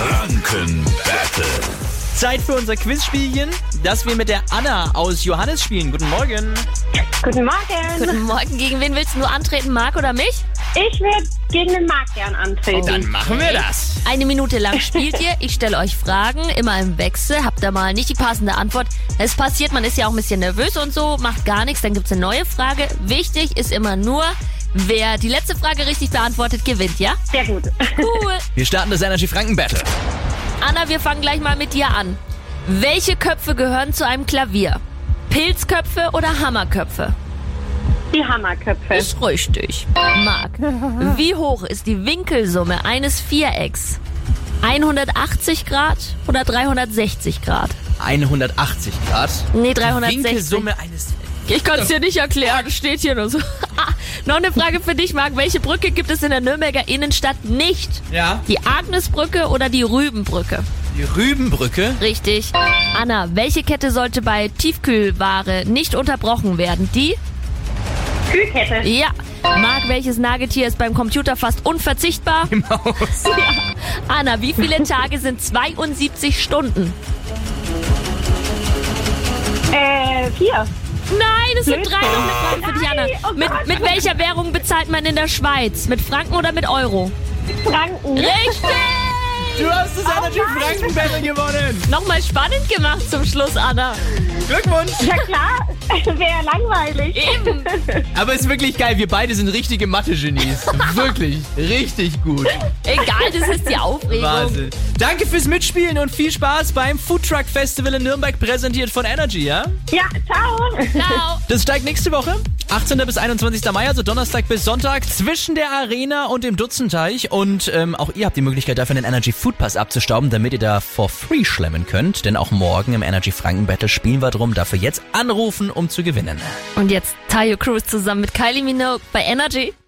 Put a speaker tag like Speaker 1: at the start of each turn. Speaker 1: Franken Battle.
Speaker 2: Zeit für unser Quizspielchen, das wir mit der Anna aus Johannes spielen. Guten Morgen.
Speaker 3: Guten Morgen.
Speaker 4: Guten Morgen. Gegen wen willst du nur antreten, Marc oder mich?
Speaker 3: Ich würde gegen den Marc gern
Speaker 4: Oh,
Speaker 3: antreten.
Speaker 2: machen wir das.
Speaker 4: Eine Minute lang spielt ihr. Ich stelle euch Fragen, immer im Wechsel. Habt da mal nicht die passende Antwort. Es passiert, man ist ja auch ein bisschen nervös und so, macht gar nichts. Dann gibt's eine neue Frage. Wichtig ist immer nur, wer die letzte Frage richtig beantwortet, gewinnt, ja?
Speaker 3: Sehr gut.
Speaker 4: Cool.
Speaker 2: Wir starten das Energy Franken Battle.
Speaker 4: Anna, wir fangen gleich mal mit dir an. Welche Köpfe gehören zu einem Klavier? Pilzköpfe oder Hammerköpfe?
Speaker 3: Die Hammerköpfe.
Speaker 4: Ist richtig. Marc, wie hoch ist die Winkelsumme eines Vierecks? 180 Grad oder 360 Grad?
Speaker 2: 180 Grad.
Speaker 4: Nee, 360.
Speaker 2: Winkelsumme eines...
Speaker 4: Ich kann es dir nicht erklären, steht hier nur so. Ah, Noch eine Frage für dich, Marc. Welche Brücke gibt es in der Nürnberger Innenstadt nicht?
Speaker 2: Ja.
Speaker 4: Die Agnesbrücke oder die Rübenbrücke?
Speaker 2: Die Rübenbrücke.
Speaker 4: Richtig. Anna, welche Kette sollte bei Tiefkühlware nicht unterbrochen werden? Die?
Speaker 3: Kühlkette.
Speaker 4: Ja. Marc, welches Nagetier ist beim Computer fast unverzichtbar?
Speaker 2: Die Maus.
Speaker 4: Anna, wie viele Tage sind 72 Stunden?
Speaker 3: Äh, vier.
Speaker 4: Nein, es sind drei. Noch eine Frage für dich, Anna.
Speaker 3: Nein, oh
Speaker 4: Mit,
Speaker 3: Gott.
Speaker 4: mit welcher Währung bezahlt man in der Schweiz? Mit Franken oder mit Euro?
Speaker 3: Franken.
Speaker 4: Richtig!
Speaker 2: Du hast das Energy
Speaker 3: nein.
Speaker 2: Franken Battle gewonnen.
Speaker 4: Nochmal spannend gemacht zum Schluss, Anna.
Speaker 2: Glückwunsch.
Speaker 3: Ja klar, wäre langweilig.
Speaker 4: Eben.
Speaker 2: Aber ist wirklich geil. Wir beide sind richtige Mathe-Genies. wirklich. Richtig gut.
Speaker 4: Egal, das ist die Aufregung.
Speaker 2: Wahnsinn. Danke fürs Mitspielen und viel Spaß beim Food Truck Festival in Nürnberg, präsentiert von Energy, ja?
Speaker 3: Ja, ciao.
Speaker 4: Ciao.
Speaker 2: Das steigt nächste Woche, 18. bis 21. Mai, also Donnerstag bis Sonntag, zwischen der Arena und dem Dutzenteich. Und ähm, auch ihr habt die Möglichkeit, dafür einen Energy Food Pass abzustauben, damit ihr da for free schlemmen könnt. Denn auch morgen im Energy Franken Battle spielen wir drum. Dafür jetzt anrufen, um zu gewinnen.
Speaker 4: Und jetzt Tayo Cruz zusammen mit Kylie Minogue bei Energy.